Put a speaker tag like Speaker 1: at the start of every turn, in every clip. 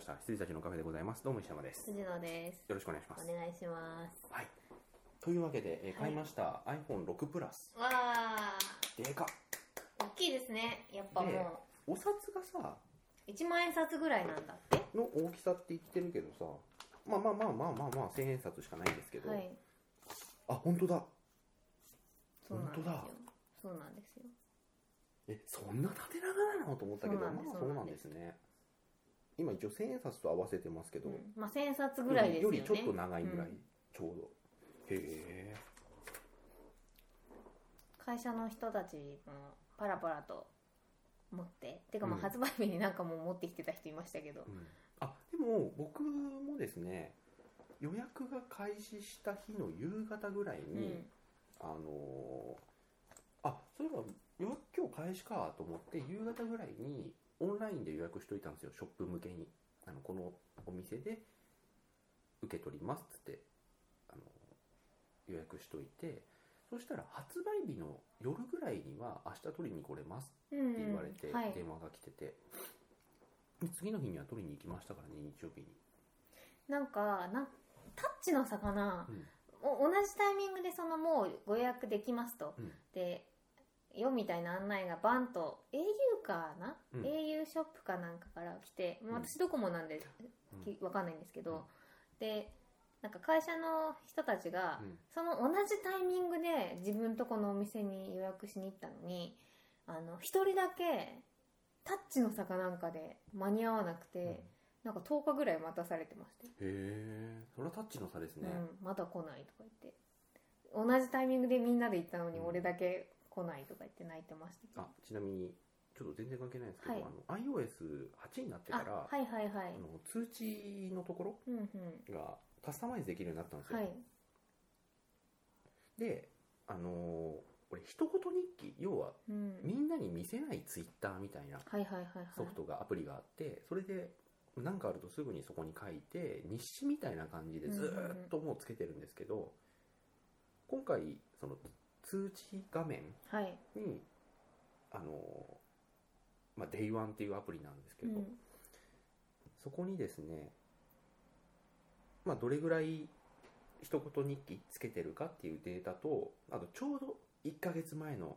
Speaker 1: した羊たちのカフェでございますどうも石山ですよ
Speaker 2: 藤野です。
Speaker 1: ろしくお願いしま
Speaker 2: お
Speaker 1: す
Speaker 2: 願いします。
Speaker 1: はいというわけで、えー
Speaker 2: は
Speaker 1: 買
Speaker 2: い
Speaker 1: いました iPhone6 プラス
Speaker 2: わあ、
Speaker 1: でかっ
Speaker 2: 大きいですね。やっぱ
Speaker 1: ね
Speaker 2: も
Speaker 1: お札がさ
Speaker 2: う、1万円札ぐらいなんだって。
Speaker 1: の大きさって言ってるけどさまあまあまあまあまあまあ千円札しかないんですけど、
Speaker 2: はい。
Speaker 1: あ本当だ
Speaker 2: そうなんです
Speaker 1: 本
Speaker 2: よ
Speaker 1: 当だ。
Speaker 2: そうなんですよ。
Speaker 1: えそんな縦長なのと思ったけど
Speaker 2: そうなん
Speaker 1: ま
Speaker 2: です
Speaker 1: あそうなんですね今一応千円札と合わせてますけど、
Speaker 2: うんまあ、1000冊ぐらいですよ
Speaker 1: よ
Speaker 2: ね。
Speaker 1: りちょっと長いぐらい、
Speaker 2: うん
Speaker 1: ちょうどへえ
Speaker 2: 会社の人たちもパラパラと持って。てかまあ、
Speaker 1: うん
Speaker 2: 発売日になんかもう持ってきてた人いましたけど。
Speaker 1: あでも僕もですね予約が開始した日の夕方ぐらい
Speaker 2: うん。
Speaker 1: に、あのーあそういえば予約今日開始かと思って夕方ぐらいにオンラインで予約しといたんですよショップ向けにあのこのお店で受け取りますっつって、あの予約しといてそしたら発売日の夜ぐらいには明日取りに来れます
Speaker 2: うん
Speaker 1: って言われて
Speaker 2: はい。
Speaker 1: 電話が来てて、で次の日には取りに行きましたからね日曜日に、
Speaker 2: なんか、なんタッチの差かな、
Speaker 1: うん
Speaker 2: お同じタイミングでそのもうご予約できますと、
Speaker 1: うん
Speaker 2: でよみたいな案内がバンと au かな、
Speaker 1: うん
Speaker 2: au ショップかなんかから来てもう
Speaker 1: うん
Speaker 2: 私ドコモなんで、
Speaker 1: うん
Speaker 2: きわかんないんですけど、
Speaker 1: うん
Speaker 2: でなんか会社の人たちが、
Speaker 1: うん
Speaker 2: その同じタイミングで自分とこのお店に予約しに行ったのにあの一人だけタッチの差かなんかで間に合わなくて、
Speaker 1: へ
Speaker 2: なんか10日ぐらい待たされてました
Speaker 1: えそれはタッチの差ですね、
Speaker 2: うん、まだ来ないとか言って同じタイミングでみんなで行ったのに
Speaker 1: うん
Speaker 2: 俺だけ来ないとか言って泣いてましたけど
Speaker 1: あちなみにちょっと全然関係ないんですけど、
Speaker 2: はい
Speaker 1: あの iOS8 になってから、
Speaker 2: あはいはいはい
Speaker 1: あの通知のところ
Speaker 2: うんうん
Speaker 1: がカスタマイズできるようになったんですよ、
Speaker 2: はい
Speaker 1: であのー俺一言日記要は
Speaker 2: うん
Speaker 1: みんなに見せないツイッターみたいな
Speaker 2: はいはいはいはい
Speaker 1: ソフトがアプリがあってそれで何かあるとすぐにそこに書いて日誌みたいな感じでずーっともうつけてるんですけど、今回その通知画面
Speaker 2: はい
Speaker 1: にあのー、まあ、Day1 っていうアプリなんですけ
Speaker 2: う
Speaker 1: ど、
Speaker 2: ん
Speaker 1: そこにですね、まあ、どれぐらい一言日記つけてるかっていうデータとあとちょうど1ヶ月前の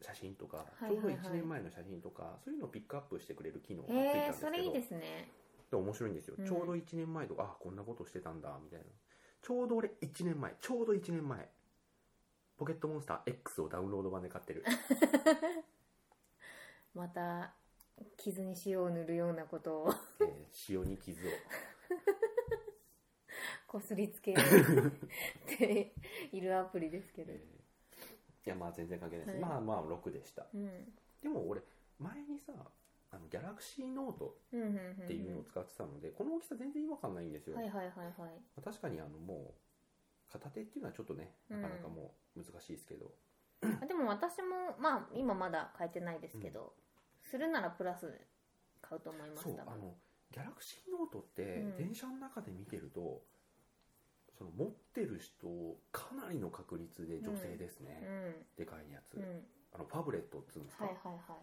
Speaker 1: 写真とか、
Speaker 2: いはいはい
Speaker 1: ちょうど1年前の写真とかそういうのをピックアップしてくれる機能がついたん
Speaker 2: え
Speaker 1: で
Speaker 2: ー、
Speaker 1: すけ
Speaker 2: そ
Speaker 1: ど、
Speaker 2: れいいですね
Speaker 1: で面白いんですよ、
Speaker 2: うん
Speaker 1: ちょうど1年前とかあこんなことしてたんだみたいなちょうど俺1年前ちょうど1年前ポケットモンスター X をダウンロード版で買 ってる
Speaker 2: また傷に塩を塗るようなことを
Speaker 1: えー塩に傷を
Speaker 2: こすりつ けているアプリですけど、
Speaker 1: えーいやまあ全然関係ないです、
Speaker 2: はい
Speaker 1: まあまあ6でした
Speaker 2: うん、
Speaker 1: でも俺前にさあのギャラクシーノート
Speaker 2: うんうんうんうん
Speaker 1: っていうのを使ってたので、この大きさ全然違和感ないんですよ、
Speaker 2: はい
Speaker 1: ま
Speaker 2: はいはいはい
Speaker 1: あ確かにあのもう片手っていうのはちょっとねなかなかもう難しいですけど、
Speaker 2: あでも私もまあ今まだ変えてないですけど、するならプラス買うと思いま
Speaker 1: そう
Speaker 2: した
Speaker 1: あのギャラクシーノートって
Speaker 2: うん
Speaker 1: 電車の中で見てると、その持ってる人かなりの確率で女性ですね、でかいやつ、
Speaker 2: うんうん
Speaker 1: あのパブレットっつうんですか、
Speaker 2: はいはいはい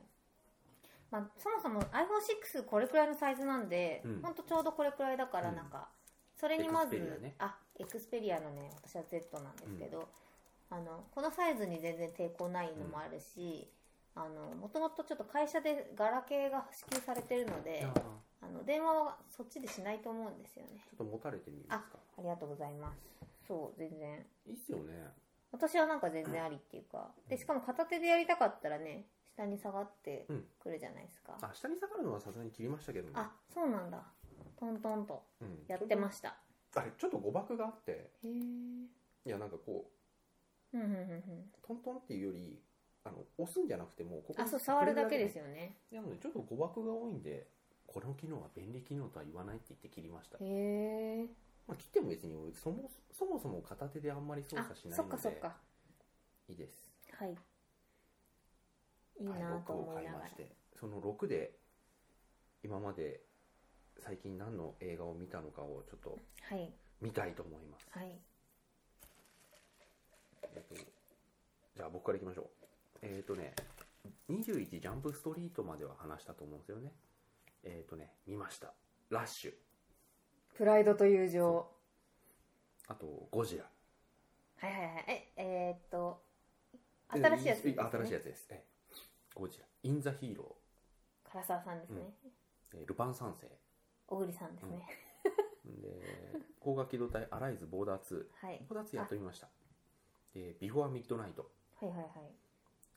Speaker 2: まあ、そもそも iPhone6 これくらいのサイズなんで、
Speaker 1: うん
Speaker 2: ほんとちょうどこれくらいだから
Speaker 1: うん
Speaker 2: なんか、それにまず
Speaker 1: Xperia ね
Speaker 2: あエクスペリアのね私は Z なんですけど、あのこのサイズに全然抵抗ないのもあるし、あのもともとちょっと会社でガラケーが支給されてるの
Speaker 1: い
Speaker 2: で
Speaker 1: やーち
Speaker 2: あの電話はそっちでしないと思うんですよね
Speaker 1: ょっと持たれてみるんですか
Speaker 2: ありがとうございます。そう、全然。
Speaker 1: いいっすよね
Speaker 2: 私はなんか全然ありっていうか。で、しかも片手でやりたかったらね、下に下がって
Speaker 1: うん
Speaker 2: くるじゃないですか。
Speaker 1: あ下に下がるのはさすがに切りましたけどね
Speaker 2: あ、そうなんだ。トントンと
Speaker 1: うん
Speaker 2: やってました。
Speaker 1: あれちょっと誤爆があって
Speaker 2: へえ。
Speaker 1: いやなんかこ
Speaker 2: うんうんうんうん。
Speaker 1: うトントンっていうよりあの押すんじゃなくてもうここ
Speaker 2: あ、そう、触るだけです
Speaker 1: よ
Speaker 2: よね。
Speaker 1: なのでちょっと誤爆が多いんでこの機能は便利機能とは言わないって言って切りました、
Speaker 2: へえ。
Speaker 1: まあ、切っても別に俺そもそもそも片手であんまり操
Speaker 2: あ
Speaker 1: 作し、ない
Speaker 2: そっ
Speaker 1: の
Speaker 2: かそっ
Speaker 1: で
Speaker 2: か。
Speaker 1: いいです
Speaker 2: はい。いい
Speaker 1: はい
Speaker 2: なぁと
Speaker 1: 6を
Speaker 2: 思
Speaker 1: 買い
Speaker 2: いなが
Speaker 1: ま
Speaker 2: ら
Speaker 1: し。てその6で今まで最近何の映画を見たのかをちょっと
Speaker 2: はい。
Speaker 1: 見たいと思います、
Speaker 2: はい。
Speaker 1: えっと、じゃあ僕からいきましょうえっ、とね21ジャンプストリートまでは話したと思うんですよねえっ、とね見ましたラッシュ
Speaker 2: プライドと友情
Speaker 1: あとゴジラ
Speaker 2: はいはいはいええーっと新しいやつです、ね、
Speaker 1: 新しいやつです、ええゴジライン・ザ・ヒーロ
Speaker 2: 唐沢さんですね、
Speaker 1: ー、えールパン三世
Speaker 2: 小栗さんですね、
Speaker 1: で 高画機動隊アライズ・ボーダー2
Speaker 2: はい
Speaker 1: ボーダー2やってみましたでビフォア・ミッドナイト
Speaker 2: はいはいはい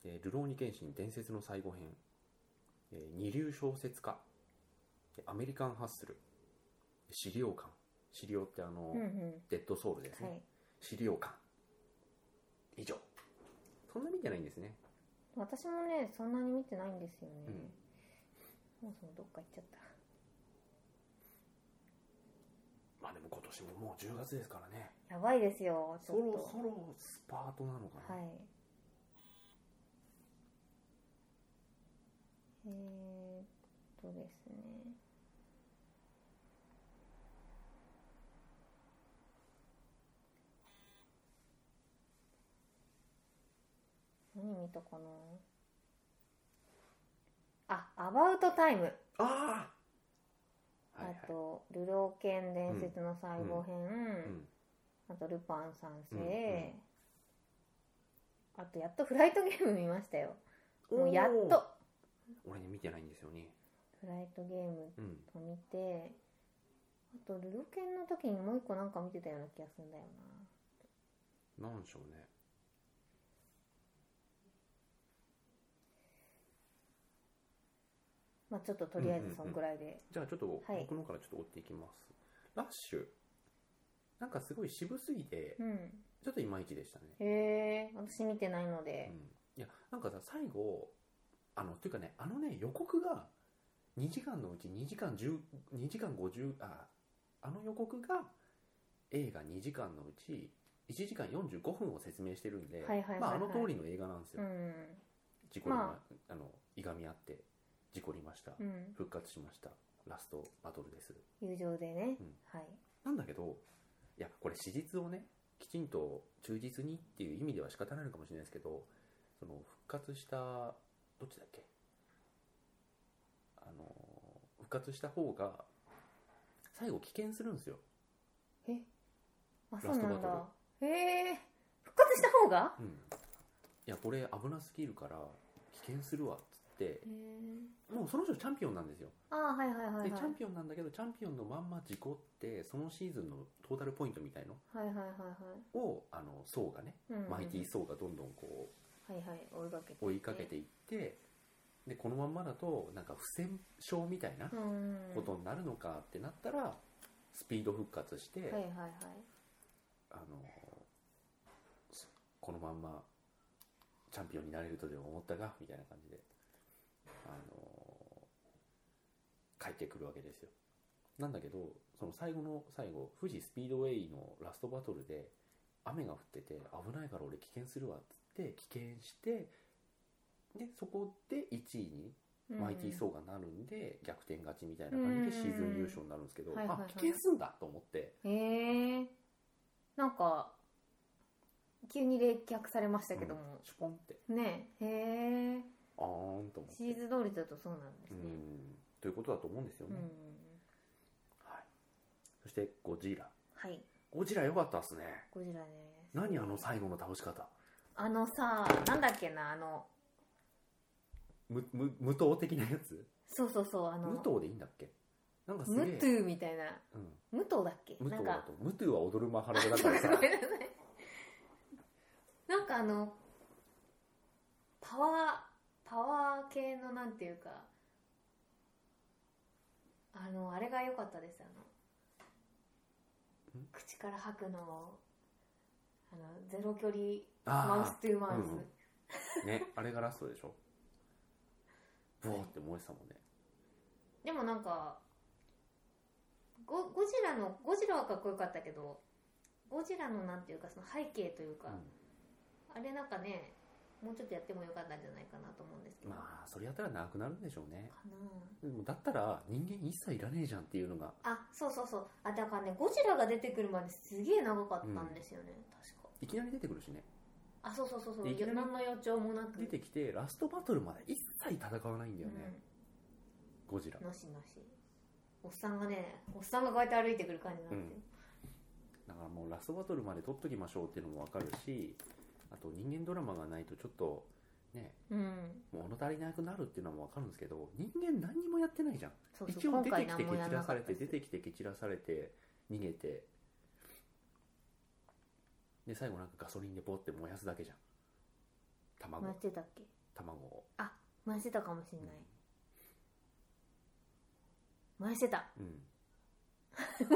Speaker 1: でルローニケンシン伝説の最後編で二流小説家でアメリカン・ハッスルで資料館資料ってあの、
Speaker 2: うんうん
Speaker 1: デッドソウルですね、
Speaker 2: はい
Speaker 1: 資料館以上そんな見てないんですね
Speaker 2: 私もねそんなに見てないんですよね、
Speaker 1: うん
Speaker 2: そもそもどっか行っちゃった
Speaker 1: まあでも今年ももう10月ですからね
Speaker 2: やばいですよち
Speaker 1: そ
Speaker 2: ょっ
Speaker 1: ろ
Speaker 2: と
Speaker 1: そろスパートなのかな、
Speaker 2: はいえー、っとですね何見たかなあ、アバウトタイム。
Speaker 1: ああはいはい
Speaker 2: あと、流浪犬伝説の細胞編、
Speaker 1: うん
Speaker 2: あと、ルパン三世、
Speaker 1: うんうん
Speaker 2: あと、やっとフライトゲーム見ましたよ。もうやっ
Speaker 1: おー
Speaker 2: と。
Speaker 1: 俺ね見てないんですよね
Speaker 2: フライトゲーム
Speaker 1: うん
Speaker 2: と見て、あと、ルロケンの時にもう一個なんか見てたような気がするんだよ
Speaker 1: なんでしょうね
Speaker 2: な。まあちょっととりあえずそんぐらいで。
Speaker 1: じゃあちょっと
Speaker 2: はい
Speaker 1: 僕の方からちょっと追っていきます、ラッシュなんかすごい渋すぎて
Speaker 2: うん。
Speaker 1: ちょっといまいちでしたね、
Speaker 2: へえ、私見てないの
Speaker 1: う
Speaker 2: で。
Speaker 1: ん、いやなんかさ最後あのっていうかねあのね予告が2時間のうち2時間10 2時間50ああの予告が映画2時間のうち1時間45分を説明してるんで、
Speaker 2: はいはいはいはい
Speaker 1: まあ、あの通りの映画なんです
Speaker 2: う
Speaker 1: よ、
Speaker 2: ん。
Speaker 1: 事故りま、
Speaker 2: ま
Speaker 1: あのいがみ合って事故りました、
Speaker 2: うん。
Speaker 1: 復活しましたラストバトルです
Speaker 2: 友情でね。
Speaker 1: うん
Speaker 2: はい。
Speaker 1: なんだけどいやこれ史実をねきちんと忠実にっていう意味では仕方ないのかもしれないですけどその復活したどっちだっけあの復活した方が最後棄権するんですよ、
Speaker 2: えあ、そ
Speaker 1: ラ
Speaker 2: う
Speaker 1: スト
Speaker 2: な
Speaker 1: バ
Speaker 2: んだ
Speaker 1: ト。
Speaker 2: へえ、復活した方が
Speaker 1: うん、いやこれ危なすぎるから棄権するわっつって
Speaker 2: へえ。
Speaker 1: もうその人チャンピオンなんですよ
Speaker 2: ああ、はいはいは
Speaker 1: で
Speaker 2: い
Speaker 1: チ
Speaker 2: はい
Speaker 1: ャ。ンピオンなんだけどチャンピオンのまんま事故ってそのシーズンのトータルポイントみたいの
Speaker 2: はいはいはいはい
Speaker 1: をあの層がね、
Speaker 2: うんうん。
Speaker 1: マイティー層がどんどんこ
Speaker 2: はいはい、追いかけて。
Speaker 1: う追いかけていってでこのまんまだとなんか不戦勝みたいな
Speaker 2: うん。
Speaker 1: ことになるのかってなったらスピード復活して、
Speaker 2: はいはいはい。
Speaker 1: あのそこのまんまチャンピオンになれるとでも思ったがみたいな感じであの帰ってくるわけですよなんだけどその最後の最後富士スピードウェイのラストバトルで雨が降ってて危ないから俺棄権するわっつって棄権してでそこで1位に
Speaker 2: うん
Speaker 1: マイティー・ソーがなるんで逆転勝ちみたいな感じでシーズン優勝になるんですけど、
Speaker 2: うんはいはいはい
Speaker 1: あ棄権すんだと思って
Speaker 2: へえなんか急に冷却されましたけども、
Speaker 1: シュポンって
Speaker 2: ねえへえ
Speaker 1: あーんと思って
Speaker 2: シリーズ通りだとそうなんです
Speaker 1: う
Speaker 2: ね
Speaker 1: んということだと思うんですよ
Speaker 2: うん、
Speaker 1: ね、はい、そしてゴジラ
Speaker 2: はい
Speaker 1: ゴジラ良かったっすね
Speaker 2: ゴジラね
Speaker 1: 何あの最後の倒し方
Speaker 2: あのさなんだっけなあの
Speaker 1: 無無無党的なやつ
Speaker 2: そうそうそうあの
Speaker 1: 無党でいいんだっけなんかすげ
Speaker 2: ムト
Speaker 1: え、
Speaker 2: ゥみたいな
Speaker 1: うん、
Speaker 2: ムトだっけ
Speaker 1: 無
Speaker 2: な
Speaker 1: 党
Speaker 2: ん
Speaker 1: だ
Speaker 2: か
Speaker 1: と無党は踊るマハラジャだ
Speaker 2: ご
Speaker 1: か
Speaker 2: め
Speaker 1: ら
Speaker 2: んな
Speaker 1: さ
Speaker 2: さい なんかあのパワーパワー系のなんていうかあのあれが良かったですあの
Speaker 1: ん
Speaker 2: 口から吐くのをあのゼロ距離マウ
Speaker 1: あ
Speaker 2: ストゥーマウス、
Speaker 1: うんうんあねあれがラストでしょブオーって燃えてたもんね
Speaker 2: でもなんかゴゴジラのゴジラはかっこよかったけどゴジラのなんていうかその背景というか、あれなんかねもうちょっとやってもよかったんじゃないかなと思うんですけ
Speaker 1: うん
Speaker 2: ど、
Speaker 1: まあそれやったらなくなるんでしょうね
Speaker 2: かな
Speaker 1: でもだったら人間一切いらねえじゃんっていうのが
Speaker 2: あそうそうそうあだからねゴジラが出てくるまですげえ長かったんですよね、確か
Speaker 1: いきなり出てくるしね
Speaker 2: あそうそうそうそう
Speaker 1: でいきなり
Speaker 2: 何の予兆もなく
Speaker 1: 出てきてラストバトルまで一切戦わないんだよね、
Speaker 2: う
Speaker 1: ゴジラ
Speaker 2: ん、なしなしおっさんがねおっさんがこうやって歩いてくる感じになって、
Speaker 1: だからもうラストバトルまで撮っときましょうっていうのもわかるしあと人間ドラマがないとちょっとね
Speaker 2: うん
Speaker 1: 物足りなくなるっていうのもわかるんですけど人間何にもやってないじゃん
Speaker 2: そうそう
Speaker 1: 一応出てきて蹴
Speaker 2: や
Speaker 1: 散
Speaker 2: ら
Speaker 1: ら
Speaker 2: なか
Speaker 1: さ
Speaker 2: っ
Speaker 1: れ
Speaker 2: た
Speaker 1: て
Speaker 2: です
Speaker 1: 出てきて蹴散らされて逃げてで最後なんかガソリンでボって燃やすだけじゃん
Speaker 2: 燃や
Speaker 1: 卵
Speaker 2: してたっけ
Speaker 1: 卵を
Speaker 2: 燃やしてたかもしれない燃やしてた
Speaker 1: うん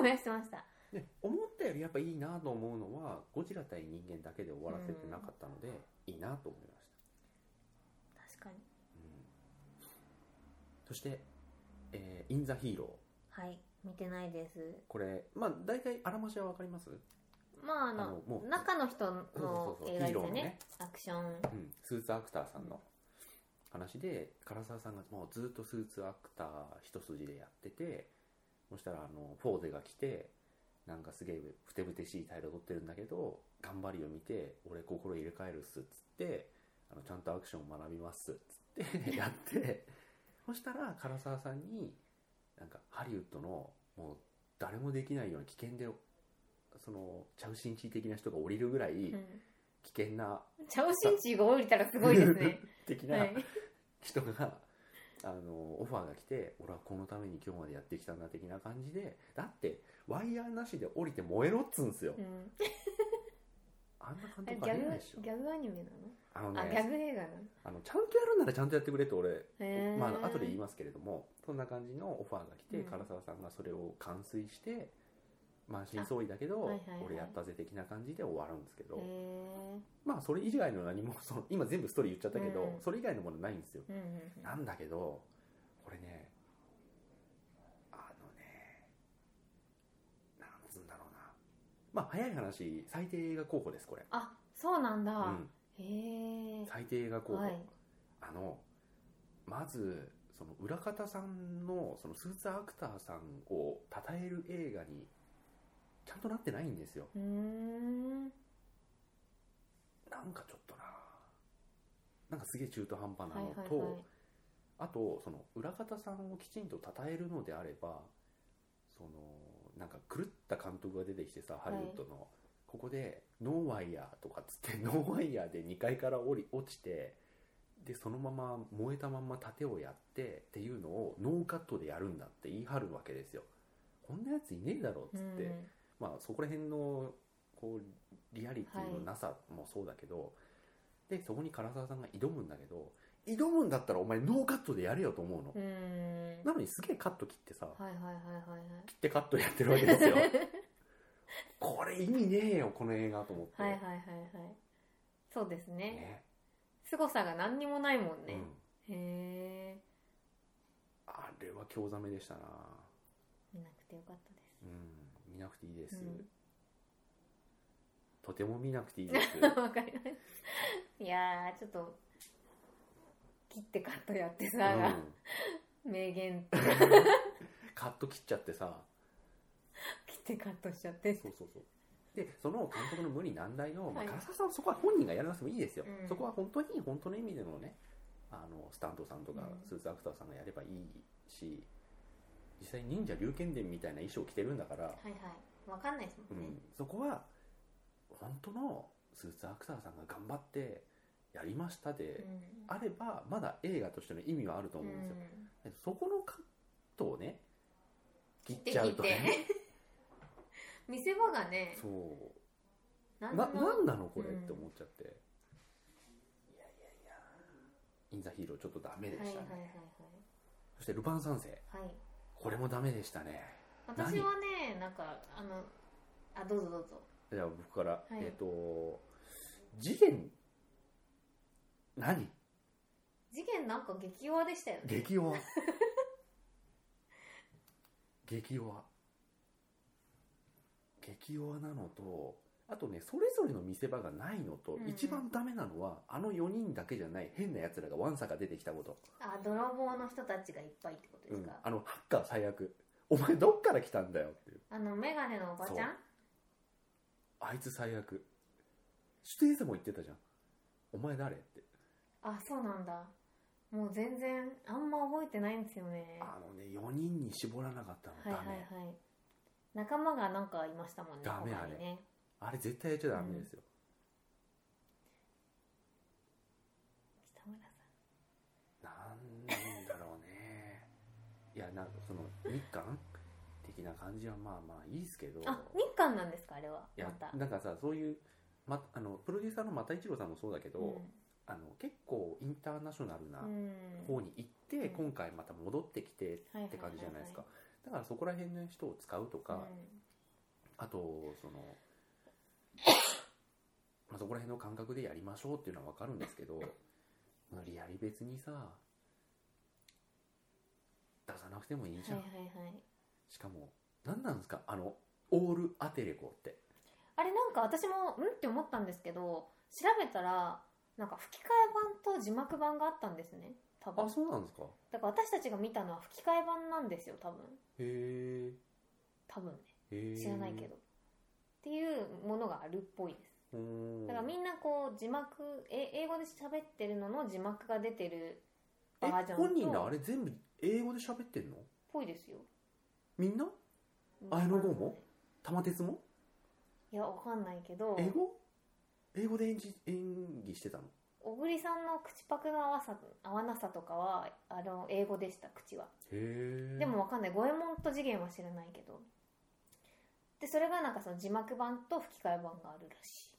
Speaker 2: 燃やしてました
Speaker 1: で思ったよりやっぱいいなと思うのはゴジラ対人間だけで終わらせてなかったので、いいなと思いました、
Speaker 2: 確かに
Speaker 1: うんそして、えーイン・ザ・ヒーロー」
Speaker 2: はい見てないです
Speaker 1: これまあ大体あらましは分かります
Speaker 2: まああ
Speaker 1: あ
Speaker 2: の
Speaker 1: のもう
Speaker 2: 中の人
Speaker 1: そうそ
Speaker 2: の
Speaker 1: うそう
Speaker 2: 映画で
Speaker 1: ヒ
Speaker 2: すよ
Speaker 1: ーローの
Speaker 2: ね
Speaker 1: ね
Speaker 2: アクション
Speaker 1: うん、スーツアクターさんの話で唐沢さんがもうずっとスーツアクター一筋でやっててそしたらあのフォーゼが来てなんかすげえふてぶてしい態度を取ってるんだけど頑張りを見て俺心入れ替えるっすっつってあのちゃんとアクションを学びますっつって やってそしたら唐沢さんになんかハリウッドのもう誰もできないような危険でそのチャウシンチー的な人が降りるぐらい危
Speaker 2: うん
Speaker 1: 険な
Speaker 2: チャオシンチーが降りたらすごいですね
Speaker 1: 的な、
Speaker 2: はい
Speaker 1: 人があのオファーが来て俺はこのために今日までやってきたんだ的な感じでだってワイヤーなしで降りて燃えろっつうんすよ、
Speaker 2: うん
Speaker 1: あんな
Speaker 2: あれ
Speaker 1: 監
Speaker 2: ギ
Speaker 1: 督あ
Speaker 2: ャ
Speaker 1: りえ
Speaker 2: グ
Speaker 1: ないでしょ
Speaker 2: ギャグアニメなの
Speaker 1: あの
Speaker 2: あギャ
Speaker 1: ね
Speaker 2: グ映画なの
Speaker 1: あのちゃんとやるならちゃんとやってくれと俺、
Speaker 2: へー
Speaker 1: まあ後で言いますけれどもそんな感じのオファーが来て、
Speaker 2: うん
Speaker 1: 唐沢さんがそれを完遂して満身創痍だけど、
Speaker 2: あはいはいはい
Speaker 1: 俺やったぜ的な感じで終わるんですけど、
Speaker 2: へえ
Speaker 1: まあそれ以外の何もその今全部ストーリー言っちゃったけど、
Speaker 2: うん
Speaker 1: それ以外のものないんですよ
Speaker 2: うんうんうん
Speaker 1: なんだけど、これね、あのね、なんつうんだろうな。まあ、早い話、最低映画候補です、これ。
Speaker 2: あそうなんだ、
Speaker 1: うん、
Speaker 2: へえ
Speaker 1: 最低映画候補。
Speaker 2: はい
Speaker 1: あの、まず、その裏方さんのそのスーツアクターさんを称える映画にちゃんとなってないんですよ
Speaker 2: うーん
Speaker 1: なんかちょっとななんかすげえ中途半端な
Speaker 2: はい
Speaker 1: の
Speaker 2: はいはい
Speaker 1: と、あとその裏方さんをきちんと称えるのであればそのなんか狂った監督が出てきてさハリウッドの、ここで「ノーワイヤー」とかっつって ノーワイヤーで2階から降り落ちてでそのまま燃えたまんま盾をやってっていうのをノーカットでやるんだって言い張るわけですよこんなやついねえだろっ
Speaker 2: う
Speaker 1: つ
Speaker 2: ん
Speaker 1: って、まあ、そこら辺のこうリアリティのなさもそうだけど、でそこに唐沢さんが挑むんだけど挑むんだったらお前ノーカットでやれよと思うの、
Speaker 2: うんうん
Speaker 1: なのにすげえカット切ってさ、
Speaker 2: はいはいはいはいはい
Speaker 1: 切ってカットやってるわけですよこれ意味ねえよこの映画と思って、
Speaker 2: はいはいはいはいそうですね
Speaker 1: ね
Speaker 2: 凄さが何にもないもんね
Speaker 1: うん、
Speaker 2: へえ
Speaker 1: あれは興ざめでしたな
Speaker 2: 見なくてよかったで
Speaker 1: うん見なくていいです、
Speaker 2: うん
Speaker 1: とても見なくていいです
Speaker 2: す わかりましたいやーちょっと切ってカットやってさ が、
Speaker 1: うん
Speaker 2: 名言
Speaker 1: カット切っちゃってさ
Speaker 2: 切ってカットしちゃって
Speaker 1: そうそうそう。で、その監督の無理難題を、ま
Speaker 2: は
Speaker 1: あ、
Speaker 2: い
Speaker 1: 唐沢さん、そこは本人がやらなくてもいいですよ、
Speaker 2: うん
Speaker 1: そこは本当に、本当の意味でのね、あのスタントさんとか
Speaker 2: うん、
Speaker 1: スーツアクターさんがやればいいし、実際、忍者龍剣伝みたいな衣装着てるんだから、
Speaker 2: はいはいわかんないです
Speaker 1: う
Speaker 2: もんね、
Speaker 1: ん、そこは、本当のスーツアクターさんが頑張ってやりました
Speaker 2: う
Speaker 1: で、
Speaker 2: ん
Speaker 1: あれば、まだ映画としての意味はあると思うんですよ。そこのカットをね、切っちゃうと
Speaker 2: 切って
Speaker 1: ね、
Speaker 2: 見せ場がね
Speaker 1: そう。
Speaker 2: 何
Speaker 1: な
Speaker 2: の
Speaker 1: なんなのこれ、
Speaker 2: うん
Speaker 1: って思っちゃっていやいやいやインザヒーローちょっとダメでした
Speaker 2: はい
Speaker 1: ね、
Speaker 2: はいはい
Speaker 1: そしてルパン三世
Speaker 2: はいはい
Speaker 1: これもダメでしたね
Speaker 2: 私はねなんかあのあどうぞどうぞ
Speaker 1: じゃあ僕から、
Speaker 2: い
Speaker 1: えっ、と次元何
Speaker 2: 次元なんか激弱でしたよね
Speaker 1: 激 弱激弱激弱なのとあとねそれぞれの見せ場がないのと、
Speaker 2: うん
Speaker 1: 一番ダメなのはあの4人だけじゃない変なやつらがわんさか出てきたこと
Speaker 2: あ泥棒の人たちがいっぱいってことで
Speaker 1: う
Speaker 2: す
Speaker 1: ん
Speaker 2: か、、
Speaker 1: あのハッカー最悪お前どっから来たんだよっていう
Speaker 2: あのメガネのおばちゃん
Speaker 1: あいつ最悪シュテイズも言ってたじゃんお前誰って
Speaker 2: あそうなんだもう全然あんま覚えてないんですよね
Speaker 1: あのね4人に絞らなかったの
Speaker 2: はい
Speaker 1: ダメ、
Speaker 2: はいはい仲間がなんかいましたもんね
Speaker 1: ダメ
Speaker 2: 他にね
Speaker 1: あれ絶対やっちゃダメですよ、
Speaker 2: 北村さん
Speaker 1: なんだろうねいやなんかその日韓的な感じはまあまあいいですけど
Speaker 2: あ日韓なんですかあれはいま
Speaker 1: や
Speaker 2: た
Speaker 1: なんかさそういう、ま、あのプロデューサーの又一郎さんもそうだけど、あの結構インターナショナルな方
Speaker 2: っ
Speaker 1: に行って、
Speaker 2: うん
Speaker 1: 今回また戻ってきてって感じじゃないですか、だからそこら辺の人を使うとか、あとその まあそこら辺の感覚でやりましょうっていうのは分かるんですけ ど無理やり別にさ出さなくてもいいじゃん、
Speaker 2: はいはいはい
Speaker 1: しかも何なんですかあのオールアテレコって
Speaker 2: あれなんか私もうんって思ったんですけど調べたらなんか吹き替え版と字幕版があったんですね多分
Speaker 1: あそうなんですか
Speaker 2: だから私たちが見たのは吹き替え版なんですよ多分
Speaker 1: へ
Speaker 2: 多分ね
Speaker 1: えへえ
Speaker 2: 知らないけど、っていうものがあるっぽいです
Speaker 1: うん
Speaker 2: だからみんなこう字幕え英語で喋ってるのの字幕が出てるバージ
Speaker 1: え
Speaker 2: ョンと
Speaker 1: 本人らあれ全部英語で喋ってんの
Speaker 2: ぽいですよ
Speaker 1: みんな綾野剛も玉鉄も
Speaker 2: いやわかんないけど
Speaker 1: 英語英語で演じ演技してたの
Speaker 2: 小栗さんの口パクの合わさ合わなさとかはあの英語でした口は
Speaker 1: へえ
Speaker 2: でもわかんない五右衛門と次元は知らないけどでそれがなんかその字幕版と吹き替え版があるらしい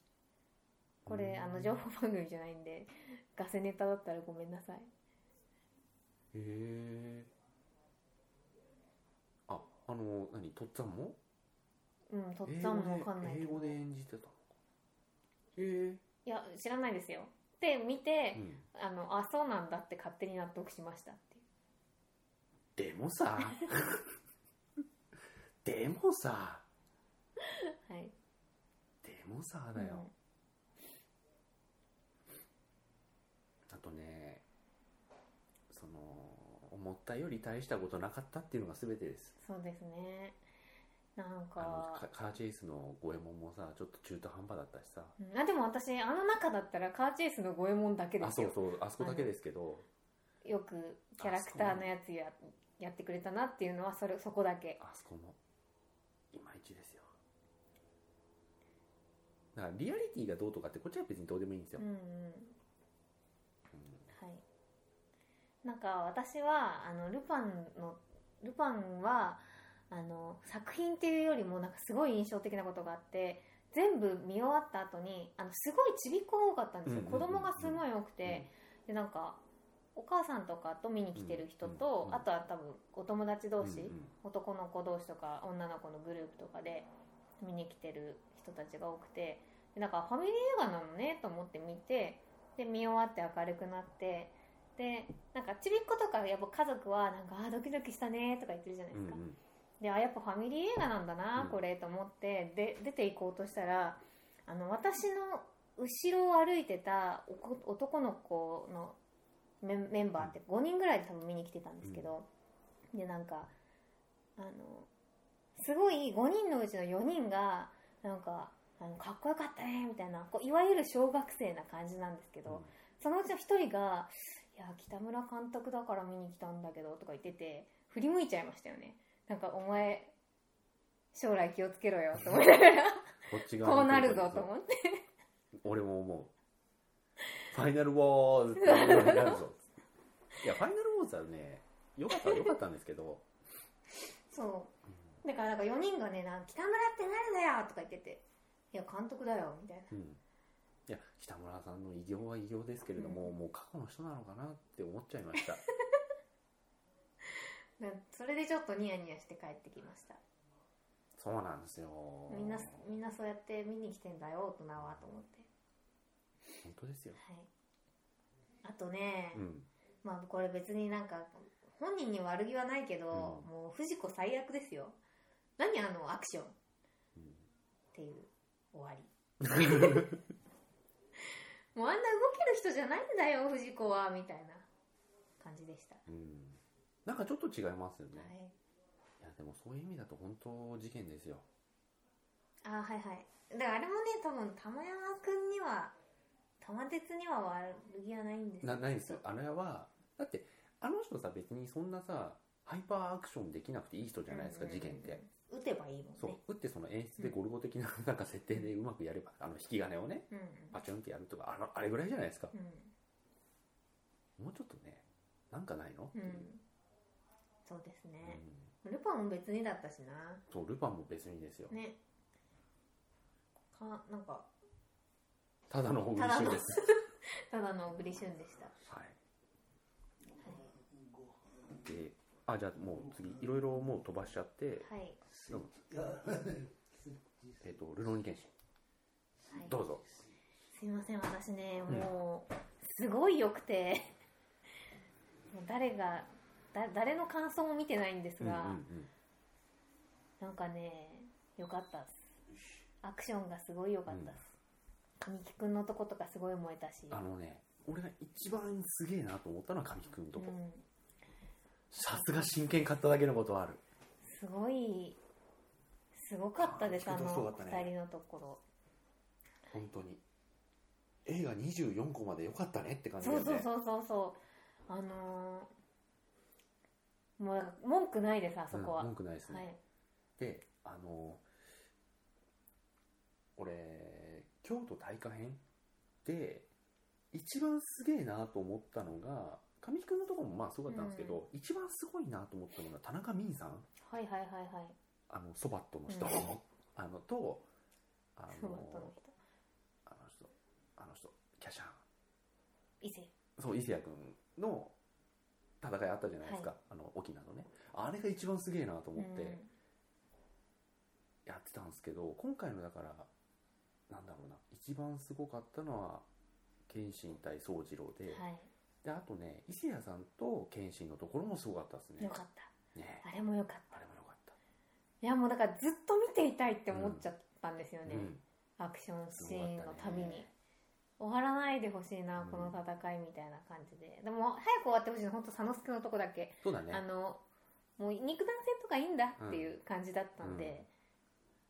Speaker 2: これあの情報番組じゃないんでガセネタだったらごめんなさい
Speaker 1: へえああの何とっつぁんも
Speaker 2: うんとっつぁんもわかんな
Speaker 1: 英
Speaker 2: いけ
Speaker 1: 語
Speaker 2: ど
Speaker 1: で英語で演じてたのかへ
Speaker 2: いや知らないですよで見て
Speaker 1: え、う、ん、
Speaker 2: あのあそうなんだって勝手に納得しましたっていう
Speaker 1: でもさ でもさ
Speaker 2: はい
Speaker 1: でもさだよ、あとねその思ったより大したことなかったっていうのが全てです
Speaker 2: うんそうですねなん
Speaker 1: あの
Speaker 2: か
Speaker 1: カカーチェイスの五右衛門もさちょっと中途半端だったしさ
Speaker 2: うんあでも私あの中だったらカーチェイスの五右衛門だけで
Speaker 1: あ
Speaker 2: す
Speaker 1: そう
Speaker 2: よ
Speaker 1: そうあそこだけですけど
Speaker 2: よくキャラクターのやつややってくれたなっていうのはそれそこだけ
Speaker 1: あそこもいまいちですよだからリアリティがどうとかってこっちは別にどうでもいいんですよ
Speaker 2: うん、うん
Speaker 1: うん
Speaker 2: はい、なんか私はあのルパンのルパンはあの作品っていうよりもなんかすごい印象的なことがあって全部見終わった後にあのすごいちびっ子が多かったんですよ、
Speaker 1: うんうんうんうん
Speaker 2: 子供がすごい多くて、でなんかお母さんとかと見に来てる人と、
Speaker 1: うんうんうん
Speaker 2: あとは多分お友達
Speaker 1: うん
Speaker 2: 同士、
Speaker 1: うんうん
Speaker 2: 男の子同士とか女の子のグループとかで見に来てる人たちが多くてでなんかファミリー映画なのねと思って見てで見終わって明るくなってでなんかちびっ子とかやっぱ家族はなんかあードキドキしたねとか言ってるじゃないで
Speaker 1: うん
Speaker 2: すか、
Speaker 1: うん
Speaker 2: であやっぱファミリー映画なんだな、
Speaker 1: うん
Speaker 2: これと思ってで出て行こうとしたらあの私の後ろを歩いてたおこ男の子のメンメンバーって5人ぐらいで多分見に来てたんですけど、でなんかあのすごい5人のうちの4人がなんかあのかっこよかったねみたいなこういわゆる小学生な感じなんですけど、そのうちの1人が「いや北村監督だから見に来たんだけど」とか言ってて振り向いちゃいましたよねなんか「お前将来気をつけろよ」と 思いながら
Speaker 1: こっち側
Speaker 2: こう
Speaker 1: の
Speaker 2: な
Speaker 1: 意見
Speaker 2: るぞ
Speaker 1: です
Speaker 2: と思って
Speaker 1: 俺も思うファイナルウォーズって俺になるぞ いやファイナルウォーズはねよかったはよかったんですけど、
Speaker 2: そううだからなんか4人がね「なんか北村って誰だよ」とか言ってて「いや監督だよ」みたいな。
Speaker 1: んうんいや北村さんの偉業は偉業ですけれども、
Speaker 2: うん
Speaker 1: もう過去の人なのかなって思っちゃいました
Speaker 2: なそれでちょっとニヤニヤして帰ってきました
Speaker 1: そうなんですよ
Speaker 2: みんなみんなそうやって見に来てんだよ大人はと思って
Speaker 1: 本当ですよ
Speaker 2: はいあとね、
Speaker 1: うん
Speaker 2: まあこれ別になんか本人に悪気はないけど、
Speaker 1: うん
Speaker 2: もう藤子最悪ですよ何あのアクションっ
Speaker 1: うん
Speaker 2: ていう終わり もうあんな動ける人じゃないんだよ藤子はみたいな感じでした、
Speaker 1: うんなんかちょっと違いますよね、、
Speaker 2: はいい、
Speaker 1: やでもそういう意味だと本当事件ですよ
Speaker 2: あーはいはいだからあれもね多分玉山くんには玉鉄には悪気はないんです
Speaker 1: なないんですよあれはだってあの人さ別にそんなさハイパーアクションできなくていい人じゃないですか、事件って、
Speaker 2: 打てばいいもんね
Speaker 1: そう打ってその演出でゴルゴ的ななんか設定でうまくやれば、あの引き金をね
Speaker 2: うん
Speaker 1: パチュンってやるとかあのあれぐらいじゃないですか
Speaker 2: うん
Speaker 1: もうちょっとねなんかないの、
Speaker 2: うん、うん、そうですね、ルパンも別にだったしな
Speaker 1: そうルパンも別にですよ、
Speaker 2: ねかなんか
Speaker 1: ただの小栗旬です
Speaker 2: ただの小栗旬でした、
Speaker 1: はい
Speaker 2: は
Speaker 1: であじゃあもう次いろいろもう飛ばしちゃって、
Speaker 2: い、はい
Speaker 1: うん えっ、とルローニケンシ
Speaker 2: はい
Speaker 1: ンどうぞ
Speaker 2: すいません私ね
Speaker 1: うん
Speaker 2: もうすごい良くて もう誰がだ誰の感想も見てないんで
Speaker 1: う
Speaker 2: す
Speaker 1: んうん
Speaker 2: が、なんかね良かったっすアクションがすごい良かったっす、神木くんのとことかすごい燃えたし
Speaker 1: うんあのね俺が一番すげえなと思ったのは神木君のとこ
Speaker 2: うん、
Speaker 1: さすが真剣買っただけのことはある
Speaker 2: すごいすごかったです
Speaker 1: あ
Speaker 2: あ
Speaker 1: の人
Speaker 2: の
Speaker 1: たちすごかったね
Speaker 2: 二人のところ
Speaker 1: 本当に映画24個まで良かったねって感じだ
Speaker 2: そ
Speaker 1: よ
Speaker 2: う
Speaker 1: ね
Speaker 2: そうそうそうそうあのーもう文句ないですあそこは、
Speaker 1: うん文句ないですね、
Speaker 2: はい
Speaker 1: であの俺京都大火編で一番すげえなと思ったのが神木君のところもまあすごかったんですけど、一番すごいなと思ったのが田中泯さん
Speaker 2: はいはいはいはい
Speaker 1: あのそばっとの人、
Speaker 2: うん
Speaker 1: あのとあ
Speaker 2: そ
Speaker 1: の
Speaker 2: うだったの人
Speaker 1: あの人あの人キャシャン
Speaker 2: 伊勢
Speaker 1: そう伊勢谷君の戦いあったじゃないですか、あの沖縄のねあれが一番すげえなと思って、やってたんですけど今回のだからなんだろうな一番すごかったのは謙信対宗次郎で,、
Speaker 2: うん、は
Speaker 1: であとね伊勢谷さんと謙信のところもすごかったです
Speaker 2: い
Speaker 1: ね
Speaker 2: よかった
Speaker 1: ね
Speaker 2: あれもよかった
Speaker 1: あれもよかった、
Speaker 2: いやもうだからずっと見ていたいって思っちゃったんですよね、
Speaker 1: うん
Speaker 2: アクションシーンのた
Speaker 1: す
Speaker 2: め
Speaker 1: ごかったね
Speaker 2: に、終わらないでほしいな、
Speaker 1: うん
Speaker 2: この戦いみたいな感じででも早く終わってほしいの本当佐之助のとこだけ、
Speaker 1: そうだ
Speaker 2: あ
Speaker 1: ね
Speaker 2: のもう肉弾戦とかいいんだっていう感じだったんで、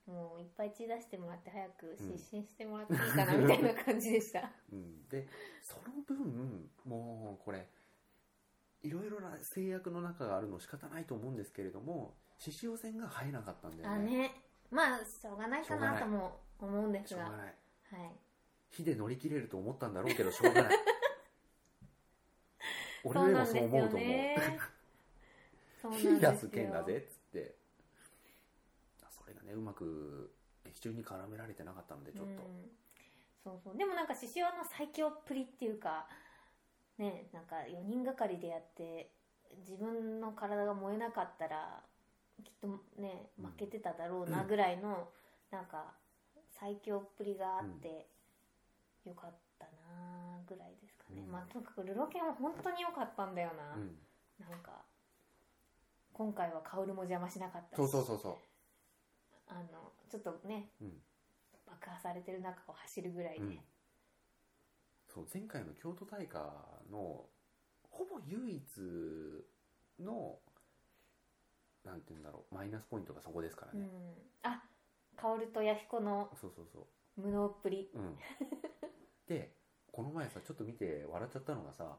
Speaker 2: もういっぱい血出してもらって早く失神してもらっていいかなみたいな感じでした、
Speaker 1: うん、でその分もうこれいろいろな制約の中があるの仕方ないと思うんですけれども獅子王戦が入えなかったんだよ
Speaker 2: あ
Speaker 1: ね
Speaker 2: ねまあしょうがないかなとも思うんで
Speaker 1: し
Speaker 2: す
Speaker 1: ょう
Speaker 2: が
Speaker 1: がない
Speaker 2: はい
Speaker 1: 火で乗り切れると思ったんだろうけどしょうが ない俺でもそう思うと思う
Speaker 2: そうなんですよね。
Speaker 1: 火出す剣だぜっつってそれがねうまく劇中に絡められてなかったのでちょっと、
Speaker 2: うんそうそうでもなんか獅子王の最強っぷりっていうかねなんか4人がかりでやって自分の体が燃えなかったらきっとね
Speaker 1: うん
Speaker 2: 負けてただろうなぐらいの、なんか最強っぷりがあって、よかったなぐらいですかね、
Speaker 1: うん
Speaker 2: まあとにかくルロケンは本当に良かったんだよな、
Speaker 1: うん
Speaker 2: なんか今回は薫も邪魔しなかったし
Speaker 1: そうそうそうそう
Speaker 2: あのちょっとね、
Speaker 1: うん
Speaker 2: 爆破されてる中を走るぐらいで、
Speaker 1: うんそう前回の京都大会のほぼ唯一のなんて言うんだろうマイナスポイントがそこですから
Speaker 2: う
Speaker 1: ね、
Speaker 2: ん、あ薫と弥彦の
Speaker 1: そうそうそ
Speaker 2: 無能っぷり
Speaker 1: ううんでこの前さちょっと見て笑っちゃったのがさ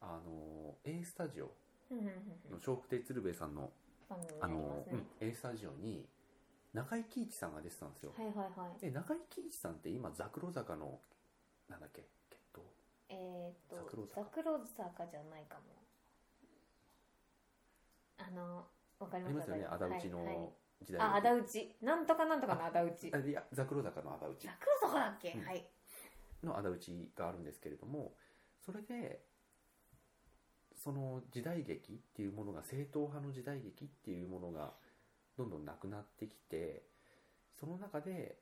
Speaker 1: あの A スタジオ
Speaker 2: うんうんうん
Speaker 1: の笑福亭鶴瓶さんの、
Speaker 2: 番組
Speaker 1: あ
Speaker 2: になりま
Speaker 1: の
Speaker 2: すね、
Speaker 1: うん、A スタジオに中井貴一さんが出てたんですよ、
Speaker 2: はいはいはい
Speaker 1: で中井貴一さんって今ザクロ坂のなんだっけ決闘
Speaker 2: えー、っ
Speaker 1: 桜
Speaker 2: と
Speaker 1: 坂
Speaker 2: 桜坂じゃないかもあのわかり
Speaker 1: あ
Speaker 2: ま
Speaker 1: り
Speaker 2: す
Speaker 1: ますよね
Speaker 2: わ
Speaker 1: 仇
Speaker 2: かりま
Speaker 1: 討
Speaker 2: す
Speaker 1: ち
Speaker 2: はいはい
Speaker 1: の時代
Speaker 2: あ仇討ちなんとかなんとかの仇討ち
Speaker 1: あいやザクロ坂の仇討ち
Speaker 2: 桜坂だっけ、
Speaker 1: うん
Speaker 2: はい
Speaker 1: の仇討ちがあるんですけれどもそれでその時代劇っていうものが正統派の時代劇っていうものがどんどんなくなってきてその中で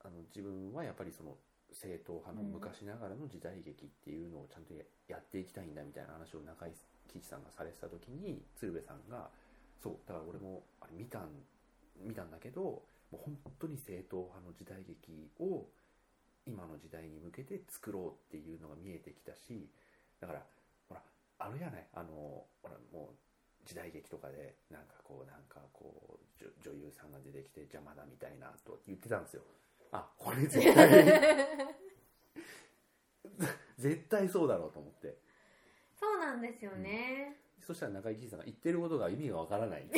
Speaker 1: あの自分はやっぱりその正統派の
Speaker 2: うん
Speaker 1: 昔ながらの時代劇っていうのをちゃんとややっていきたいんだみたいな話を中井貴一さんがされてた時に鶴瓶さんがそうだから俺もあれ見たん見たんだけどもう本当に正統派の時代劇を今の時代に向けて作ろうっていうのが見えてきたしだからほらあるやないあのほらもう時代劇とかでなんかこうなんかこう女女優さんが出てきて邪魔だみたいなと言ってたんですよあこれ絶 対絶対そうだろうと思って
Speaker 2: そうなんですよね、
Speaker 1: そしたら中井貴一さんが言ってることが意味がわからない。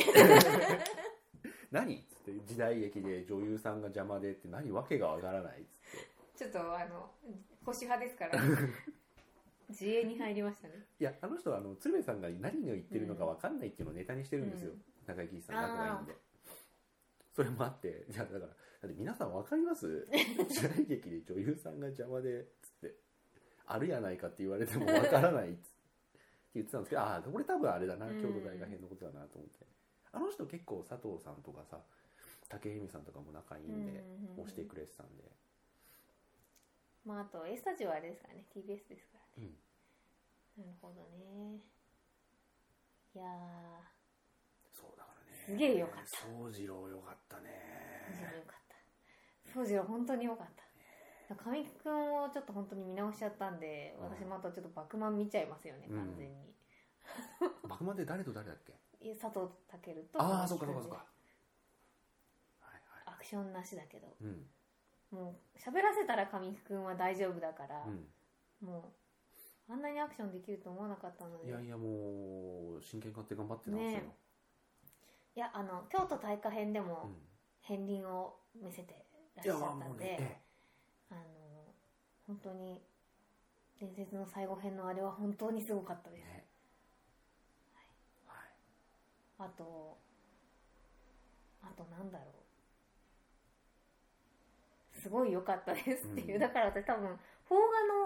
Speaker 1: 何っつって時代劇で女優さんが邪魔でって何わけがわからないっつって
Speaker 2: ちょっとあの保守派ですから 自営に入りましたね
Speaker 1: いやあの人はあの鶴瓶さんが何を言ってるのかわかんないっていうのをネタにしてるんですよ、
Speaker 2: うん
Speaker 1: 中井貴一さん仲がいいんでそれもあってじゃあだからだって皆さんわかります 時代劇で女優さんが邪魔でっつってあるやないかって言われてもわからないっつって言ってたんですけどああこれ多分あれだな
Speaker 2: うん
Speaker 1: 京都大学編のことだなと思って、あの人結構佐藤さんとかさ竹井美さんとかも仲いいんで、
Speaker 2: うん
Speaker 1: 押してくれてたんで
Speaker 2: まああと A スタジオはあれですからね TBS ですからね、なるほどねいや
Speaker 1: そうだからね
Speaker 2: すげえよかった
Speaker 1: 宗次郎よかった
Speaker 2: ー藤郎
Speaker 1: ね
Speaker 2: よかった藤郎本当によかった神木君をちょっと本当に見直しちゃったんで
Speaker 1: うん
Speaker 2: 私またちょっと「バクマン」見ちゃいますよね
Speaker 1: うん
Speaker 2: 完全に、
Speaker 1: 幕まで誰と誰だっけ
Speaker 2: え佐藤健と
Speaker 1: ああそ
Speaker 2: 神
Speaker 1: うかそ
Speaker 2: 木
Speaker 1: うか
Speaker 2: 君
Speaker 1: そう
Speaker 2: で
Speaker 1: かはいは
Speaker 2: アクションなしだけど
Speaker 1: いうん
Speaker 2: もう喋らせたら神木君は大丈夫だから、
Speaker 1: う
Speaker 2: もうあんなにアクションできると思わなかったの
Speaker 1: ん、
Speaker 2: で
Speaker 1: いやいやもう真剣勝って頑張ってたんですよ、
Speaker 2: ねいやあの京都大火編でも、
Speaker 1: う
Speaker 2: 片鱗を見せてらっ
Speaker 1: ん、い
Speaker 2: しゃ
Speaker 1: や
Speaker 2: っ
Speaker 1: も
Speaker 2: たん
Speaker 1: う
Speaker 2: で、
Speaker 1: ね
Speaker 2: あの本当に伝説の最後編のあれは本当にすごかった
Speaker 1: ええ
Speaker 2: です、
Speaker 1: ねはい
Speaker 2: あとあとなんだろうすごい良かったですっていう、
Speaker 1: うん
Speaker 2: だから私多分邦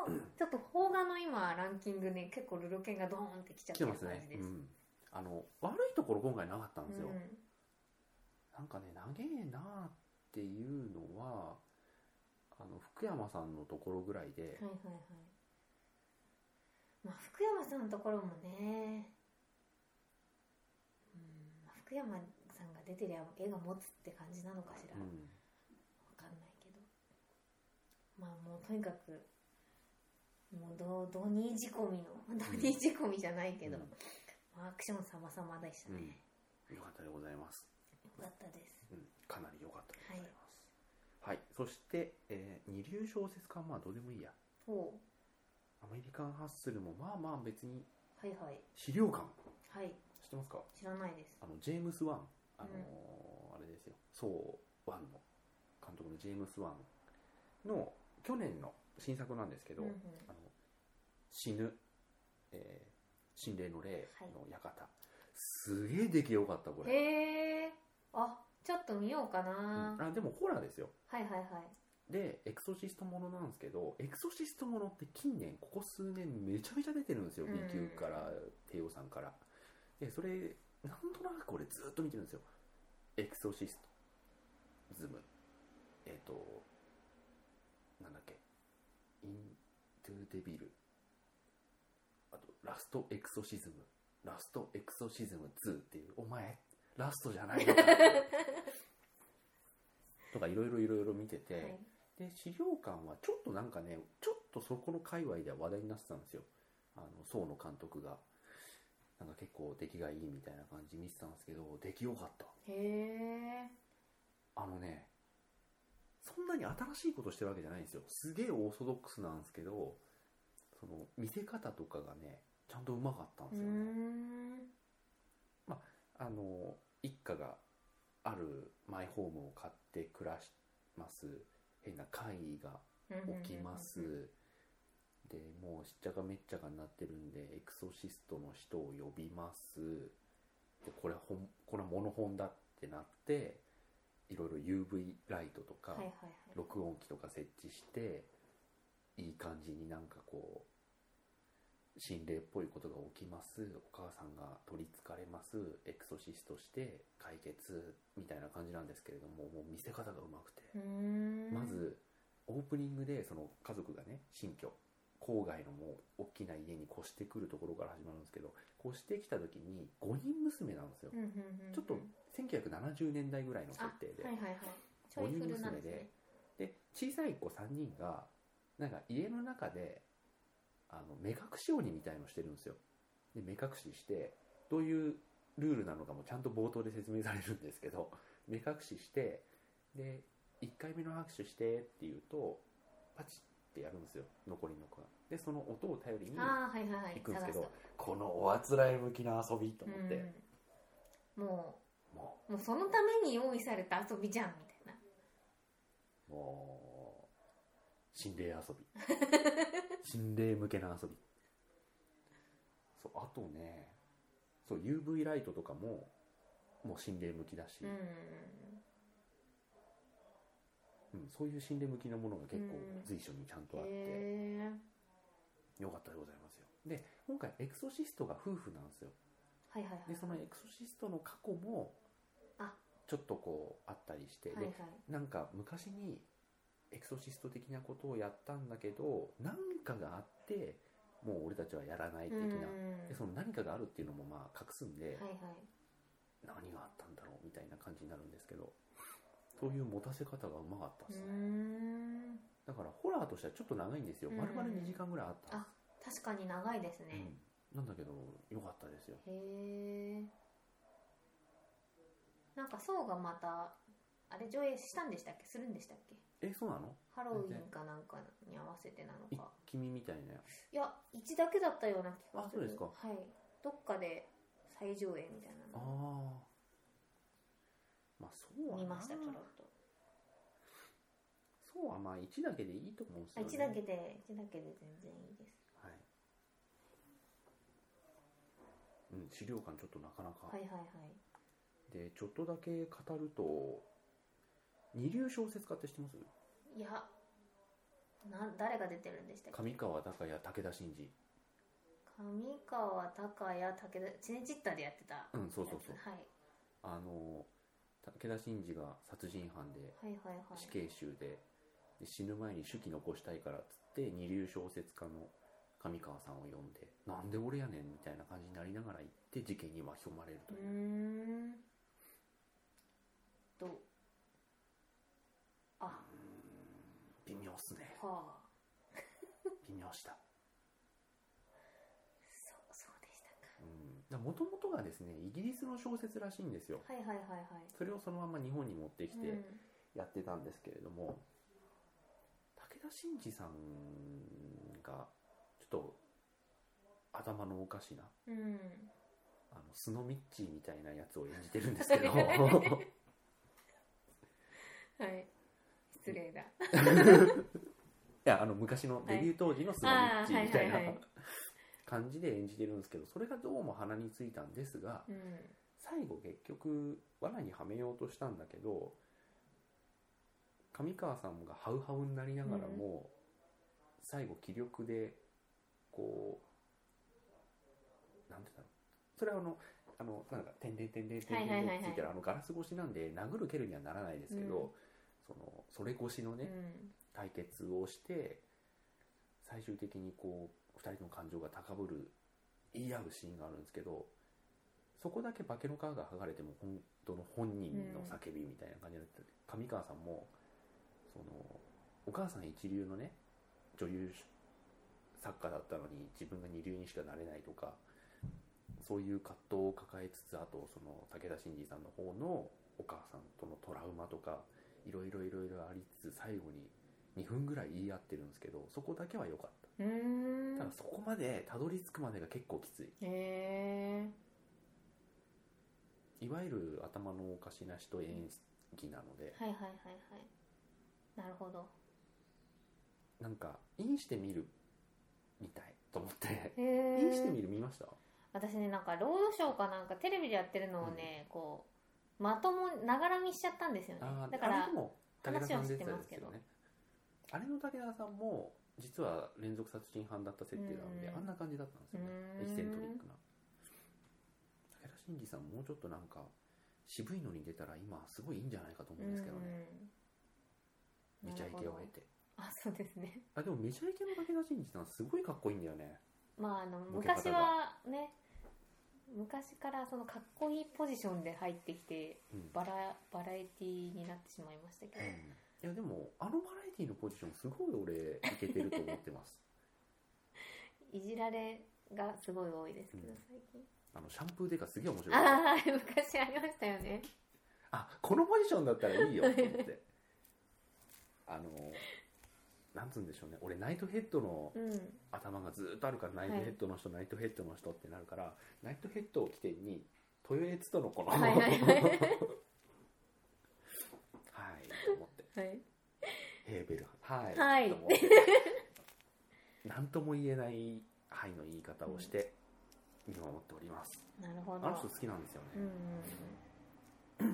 Speaker 2: 画のちょっと邦画の今ランキングね結構ルロケンがドーンってきちゃっ
Speaker 1: 来て
Speaker 2: てる
Speaker 1: ま
Speaker 2: 感
Speaker 1: すね
Speaker 2: じ、
Speaker 1: う
Speaker 2: です
Speaker 1: ん、あの悪いところ今回なかったんですよ、
Speaker 2: うん
Speaker 1: なんかね長えなっていうのはあの福山さんのところぐらいで、
Speaker 2: はいはいはいまあ福山さんのところもねうんまあ福山さんが出てりゃ絵が持つって感じなのかしら、
Speaker 1: うん、
Speaker 2: わかんないけどまあもうとにかくもうどどにいじ込みのどにいじ込みじゃないけど、
Speaker 1: うん
Speaker 2: まあアクション様々でしたね、
Speaker 1: よかったでございます、
Speaker 2: よかったです
Speaker 1: うん、かなり良かったでございますはい、そして、えー二流小説家はまあどうでもいいや
Speaker 2: おう
Speaker 1: アメリカンハッスルもまあまあ別に
Speaker 2: はいはい
Speaker 1: 資料館
Speaker 2: はい
Speaker 1: 知ってますか
Speaker 2: 知らないです
Speaker 1: あのジェームス・ワン、あのー
Speaker 2: う
Speaker 1: あれですよ、そう、ワンの監督のジェームス・ワンの去年の新作なんですけど、
Speaker 2: うんうん
Speaker 1: あの死ぬ、えー心霊の霊の館、すげえ出来よかった、これ、
Speaker 2: へえあちょっと見ようかな、
Speaker 1: うんあ。でもホラーですよ。
Speaker 2: はいはいはい
Speaker 1: で、エクソシストものなんですけど、エクソシストものって近年、ここ数年、めちゃめちゃ出てるんですよ、
Speaker 2: うん
Speaker 1: B 級から、帝王さんから。で、それ、なんとなく俺、ずっと見てるんですよ。エクソシスト、ズム、えっ、と、なんだっけ、イントゥデビル、あと、ラストエクソシズム、ラストエクソシズム2っていう、お前、ラストじゃないの かとか、いろいろいろいろ見てて、
Speaker 2: はい
Speaker 1: で資料館はちょっとなんかねちょっとそこの界隈では話題になってたんですよあの宋の監督がなんか結構出来がいいみたいな感じ見てたんですけど出来よかった
Speaker 2: へえ
Speaker 1: あのねそんなに新しいことしてるわけじゃないんですよすげえオーソドックスなんですけどその見せ方とかがねちゃんとうまかったん
Speaker 2: う
Speaker 1: で
Speaker 2: ー
Speaker 1: すよね
Speaker 2: ん
Speaker 1: あの一家があるマイホームを買って暮らします変な会議が起きます、でもうしっちゃかめっちゃかになってるんでエクソシストの人を呼びますでこれは本これはモノ本だってなっていろいろ UV ライトとか
Speaker 2: はいはいはい
Speaker 1: 録音機とか設置していい感じになんかこう心霊っぽいことが起きますお母さんが取りつかれますエクソシストして解決みたいな感じなんですけれどももう見せ方がうまくて、
Speaker 2: うーん
Speaker 1: まずオープニングでその家族がね新居郊外のもう大きな家に越してくるところから始まるんですけど越してきた時に5人娘なんですよ、
Speaker 2: うんうんうんうん
Speaker 1: ちょっと1970年代ぐらいの設定で、
Speaker 2: はいはいはいちょい古なんですね
Speaker 1: で小さい子3人がなんか家の中であの目隠し鬼みたいのしてるんですよで目隠ししてどういうルールなのかもちゃんと冒頭で説明されるんですけど目隠ししてで1回目の拍手してって言うとパチッってやるんですよ残りの子はでその音を頼りに
Speaker 2: ああはいはいはい
Speaker 1: 行くんですけど
Speaker 2: 探
Speaker 1: このおあつらえ向きな遊びと
Speaker 2: と
Speaker 1: 思って、
Speaker 2: うんも
Speaker 1: も
Speaker 2: うもうそのために用意された遊びじゃんみたいな
Speaker 1: うもう心霊遊 び心霊向けな遊びそうあとねそう UV ライトとかももう心霊向きだし、
Speaker 2: うん
Speaker 1: うんそういう心霊向きなものが結構
Speaker 2: うん
Speaker 1: 随所にちゃんとあって、
Speaker 2: へえ
Speaker 1: よかったでございますよで今回エクソシストが夫婦なんですよ
Speaker 2: はいはいはい
Speaker 1: でそのエクソシストの過去も
Speaker 2: あ
Speaker 1: ちょっとこうあったりして、
Speaker 2: はいはい
Speaker 1: でなんか昔にエクソシスト的なことをやったんだけど何かがあってもう俺たちはやらない的
Speaker 2: うん
Speaker 1: な、でその何かがあるっていうのもまあ隠すんで、
Speaker 2: はいはい
Speaker 1: 何があったんだろうみたいな感じになるんですけどそういう持たせ方がうまかった
Speaker 2: う
Speaker 1: ですね、
Speaker 2: ん
Speaker 1: だからホラーとしてはちょっと長いんですよ、
Speaker 2: うん
Speaker 1: 丸々2時間ぐらいあったんです
Speaker 2: 確かに長いですね、
Speaker 1: うん、なんだけど良かったですよ
Speaker 2: へえなんかそうがまたあれ上映したんでしたっけするんでしたっけ
Speaker 1: えそうなの
Speaker 2: ハロウィンかなんかに合わせてなの
Speaker 1: 一
Speaker 2: か
Speaker 1: 気見みたいなや
Speaker 2: いや1だけだったような気が
Speaker 1: あ
Speaker 2: す
Speaker 1: そう
Speaker 2: る
Speaker 1: ですか
Speaker 2: はいどっかで再上映みたい
Speaker 1: あ
Speaker 2: な
Speaker 1: あ
Speaker 2: の
Speaker 1: まあそうは
Speaker 2: 見ましたけど
Speaker 1: なそうはまあ1だけでいいと思うんです
Speaker 2: あ
Speaker 1: よ、ね、
Speaker 2: 1だけで1だけで全然いいです
Speaker 1: はいうん、資料館ちょっとなかなか、
Speaker 2: はいはいはい
Speaker 1: でちょっとだけ語ると二流小説家って知ってます
Speaker 2: いやな誰が出てるんでしたっけ
Speaker 1: 上川隆也武田真治
Speaker 2: 上川隆也武田チネチッタでやってたやつ
Speaker 1: うんそうそうそう
Speaker 2: はい
Speaker 1: あの武田真治が殺人犯で
Speaker 2: はいはいはい
Speaker 1: 死刑囚でで死ぬ前に手記残したいからっつって二流小説家の上川さんを呼んでなんで俺やねんみたいな感じになりながら行って事件に巻き込まれる
Speaker 2: う
Speaker 1: と
Speaker 2: ー
Speaker 1: いう、
Speaker 2: んとあ
Speaker 1: 微妙っすね
Speaker 2: はあ
Speaker 1: 微妙した
Speaker 2: そうそうでした
Speaker 1: うん
Speaker 2: か
Speaker 1: もともとがですねイギリスの小説らしいんですよ
Speaker 2: はいはいはいはい
Speaker 1: それをそのまま日本に持ってき
Speaker 2: う
Speaker 1: て
Speaker 2: ん
Speaker 1: やってたんですけれども、武田真治さんがちょっと頭のおかしな
Speaker 2: うん、
Speaker 1: あのスノミッチーみたいなやつを演じてるんですけ どは
Speaker 2: はい失礼だ
Speaker 1: いやあの昔のデビュー当時のスノミッチーみたいな
Speaker 2: あーはいはいはい
Speaker 1: 感じで演じてるんですけどそれがどうも鼻についたんですが
Speaker 2: うん
Speaker 1: 最後結局罠にはめようとしたんだけど上川さんがハウハウになりながらも、最後気力でこうなんて言うんだろうそれはあのあのなんか「てんてんてんてんてんてん」
Speaker 2: はいはいはい
Speaker 1: っ
Speaker 2: はい
Speaker 1: てついてるあのガラス越しなんで殴る蹴るにはならないですけど、
Speaker 2: うん
Speaker 1: そのそれ越しのね、
Speaker 2: うん
Speaker 1: 対決をして最終的にこう2人の感情が高ぶる言い合うシーンがあるんですけどそこだけ化けの皮が剥がれても本当の本人の叫びみたいな感じになってて、上川さんもそのお母さん一流のね女優作家だったのに自分が二流にしかなれないとかそういう葛藤を抱えつつあとその武田真治さんの方のお母さんとのトラウマとかいろいろいろいろありつつ最後に2分ぐらい言い合ってるんですけどそこだけは良かった
Speaker 2: うーん
Speaker 1: ただそこまでたどり着くまでが結構きつい
Speaker 2: へえ
Speaker 1: いわゆる頭のおかしな人演技なので
Speaker 2: はいはいはいはいなるほど
Speaker 1: なんかインしてみるみたいと思って
Speaker 2: へ
Speaker 1: インして
Speaker 2: え
Speaker 1: みる見ました
Speaker 2: 私ねなんかロードショーかなんかテレビでやってるのをね、こうまともながら見しちゃったんですよね
Speaker 1: あー
Speaker 2: だか
Speaker 1: あ
Speaker 2: ら
Speaker 1: れでも武田さん出てたんです
Speaker 2: 話は知ってます
Speaker 1: け
Speaker 2: け
Speaker 1: ど
Speaker 2: ど
Speaker 1: ねあれの武田さんも実は連続殺人犯だった設定なんで
Speaker 2: うん
Speaker 1: あんな感じだったんですよね
Speaker 2: う
Speaker 1: エ
Speaker 2: ん
Speaker 1: キセントリックな武田真治さんもうちょっとなんか渋いのに出たら今すごいいいんじゃないかと思うんですけどね
Speaker 2: うん
Speaker 1: めちゃイケを経
Speaker 2: なるほど
Speaker 1: て
Speaker 2: あそうですね
Speaker 1: あでもめちゃイケの武田真治さんすごいかっこいいんだよね
Speaker 2: まああの
Speaker 1: ボケ方が
Speaker 2: 昔はね昔からそのかっこいいポジションで入ってきて
Speaker 1: うん、
Speaker 2: バラバラエティーになってしまいましたけ
Speaker 1: うん
Speaker 2: ど、
Speaker 1: いやでもあのバラエティのポジションすごい俺いけてると思ってます
Speaker 2: いじられがすごい多いですけど
Speaker 1: うん
Speaker 2: 最近、
Speaker 1: あのシャンプーデカすげえ面白いあ
Speaker 2: ああ昔ありましたよね
Speaker 1: このポジションだったらいいよと思ってあのなんつうんでしょうね俺ナイトヘッドの
Speaker 2: うん
Speaker 1: 頭がずーっとあるからナイトヘッドの人、ナイトヘッドの人ってなるからナイトヘッドを起点に豊悦とのこの
Speaker 2: はいはいはい
Speaker 1: はいと思って
Speaker 2: はい
Speaker 1: ヘーベルはい、
Speaker 2: は い
Speaker 1: と思って何とも言えない「はい」の言い方をして見守っております
Speaker 2: なるほど
Speaker 1: あの人好きなんですよね、
Speaker 2: うんうん
Speaker 1: は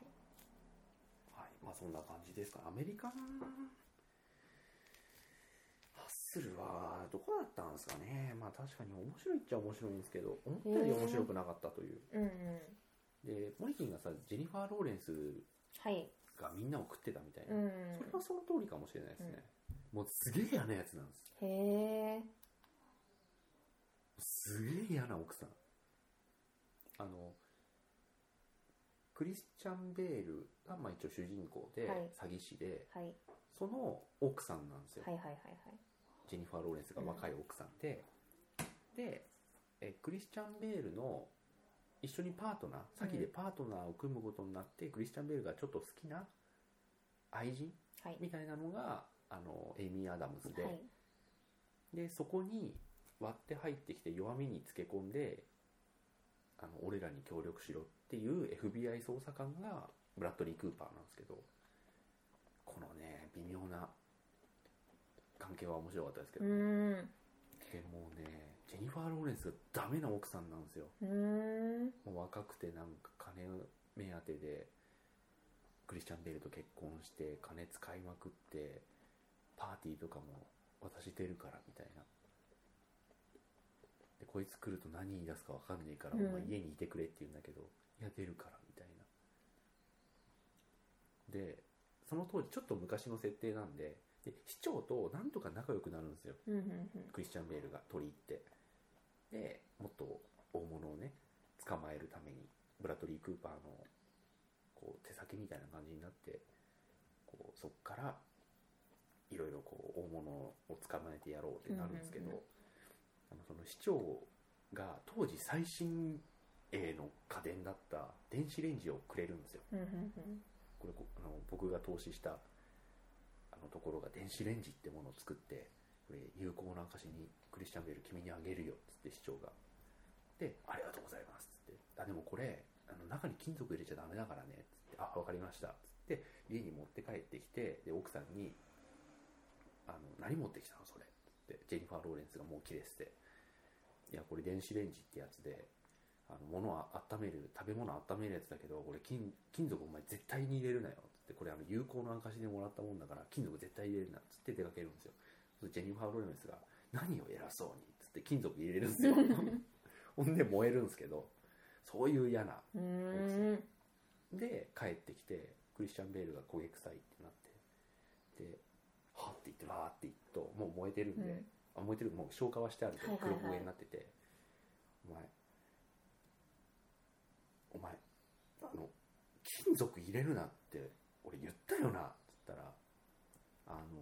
Speaker 1: い、まあそんな感じですか。アメリカンハッスルはどこだったんですかね。まあ確かに面白いっちゃ面白いんですけど、思ったより面白くなかったという。
Speaker 2: うんうんうん
Speaker 1: で、モリキンがさ、ジェニファー・ローレンス
Speaker 2: はい
Speaker 1: がみんなを食ってたみたいな。
Speaker 2: うん
Speaker 1: それはその通りかもしれないですね。もうすげえ嫌なやつなんです。
Speaker 2: へえ
Speaker 1: すげえ嫌な奥さん。あの、クリスチャン・ベールがまあ一応主人公で
Speaker 2: はい、
Speaker 1: 詐欺師で、
Speaker 2: はい
Speaker 1: その奥さんなんですよ。
Speaker 2: はいはいはい
Speaker 1: ジェニファー・ローレンスが若い奥さんで、でえクリスチャン・ベールの一緒にパートナー先でパートナーを組むことになって、クリスチャン・ベールがちょっと好きな愛人
Speaker 2: はいはい
Speaker 1: みたいなのがあのエイミー・アダムズで,、
Speaker 2: はい
Speaker 1: でそこに割って入ってきて弱みにつけ込んであの俺らに協力しろっていう FBI 捜査官がブラッドリー・クーパーなんですけどこのね微妙な関係は面白かったですけど
Speaker 2: う、ーん
Speaker 1: でもうねジェニファー・ローレンスがダメな奥さんなんですよ
Speaker 2: うーん
Speaker 1: もう若くてなんか金目当てでクリスチャン・ベールと結婚して金使いまくってパーティーとかも私出るからみたいなでこいつ来ると何言い出すか分かんねえから、
Speaker 2: うん
Speaker 1: お前家にいてくれって言うんだけどいや出るからみたいなでその当時ちょっと昔の設定なんでで市長となんとか仲良くなるんですよ
Speaker 2: うんうんうん
Speaker 1: クリスチャン・ベールが取り入ってでもっと大物をね捕まえるためにブラッドリー・クーパーのこう手先みたいな感じになってこうそっからいろいろこう大物を捕まえてやろうってなるんですけど、
Speaker 2: うんうんう
Speaker 1: あのその市長が当時最新鋭の家電だった電子レンジをくれるんですよ
Speaker 2: うんうんうん
Speaker 1: これこあの僕が投資したあのところが電子レンジってものを作ってこれ有効な証にクリスチャン・ベール君にあげるよっつって市長がでありがとうございますっつってあでもこれあの中に金属入れちゃダメだからねっつってあわかりましたっつって家に持って帰ってきてで奥さんにあの何持ってきたのそれってジェニファー・ローレンスがもう切れてていやこれ電子レンジってやつであの物は温める食べ物温めるやつだけどこれ金金属お前絶対に入れるなよっつってこれあの有効な証でもらったもんだから金属絶対入れるなっつって出かけるんですよそしたらジェニファー・ローレンスが何を偉そうにっつって金属入れるんですよほんで燃えるんですけどそういう嫌な
Speaker 2: うーん
Speaker 1: で帰ってきてクリスチャン・ベールが焦げ臭いってなってではって言ってわーって言うともう燃えてるんで、
Speaker 2: うん
Speaker 1: あ燃えてるもう消化はしてあるけど
Speaker 2: はい
Speaker 1: 黒
Speaker 2: はいは
Speaker 1: 焦
Speaker 2: い
Speaker 1: げになってて、お前お前あの金属入れるなって俺言ったよなっつったらあの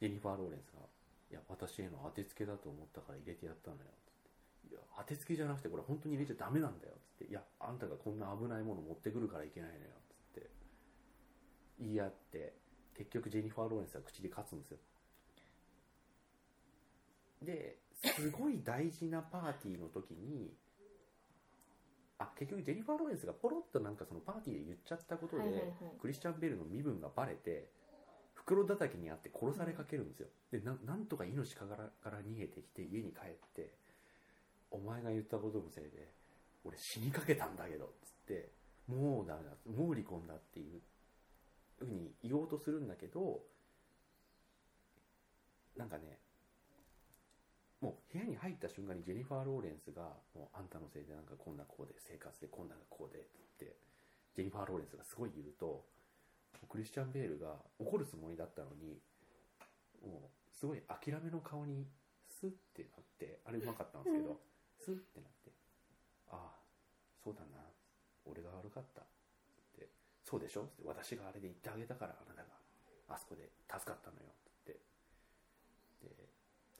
Speaker 1: ジェニファー・ローレンスが「いや私への当てつけだと思ったから入れてやったのよ」いや当てつけじゃなくてこれ本当に入れちゃダメなんだよつって「いやあんたがこんな危ないもの持ってくるからいけないのよ」つって言い合って結局ジェニファー・ローレンスは口で勝つんですよですごい大事なパーティーの時にあ結局ジェニファー・ローレンスがポロッとなんかそのパーティーで言っちゃったことで、
Speaker 2: はいはいはい
Speaker 1: クリスチャン・ベルの身分がバレて袋叩きにあって殺されかけるんですよでななんとか命からから逃げてきて家に帰ってお前が言ったことのせいで俺死にかけたんだけどっつってもうダメだもう離婚だっていうふうに言おうとするんだけどなんかねもう部屋に入った瞬間にジェニファー・ローレンスが「もうあんたのせいでなんかこんなこうで生活でこんながこうで」ってジェニファー・ローレンスがすごい言うとクリスチャン・ベールが怒るつもりだったのにもうすごい諦めの顔にスッてなってあれうまかったんですけど、
Speaker 2: うん
Speaker 1: スッてなって「ああそうだな俺が悪かった」って「そうでしょ?」って私があれで言ってあげたからあなたがあそこで助かったのよ」って言ってで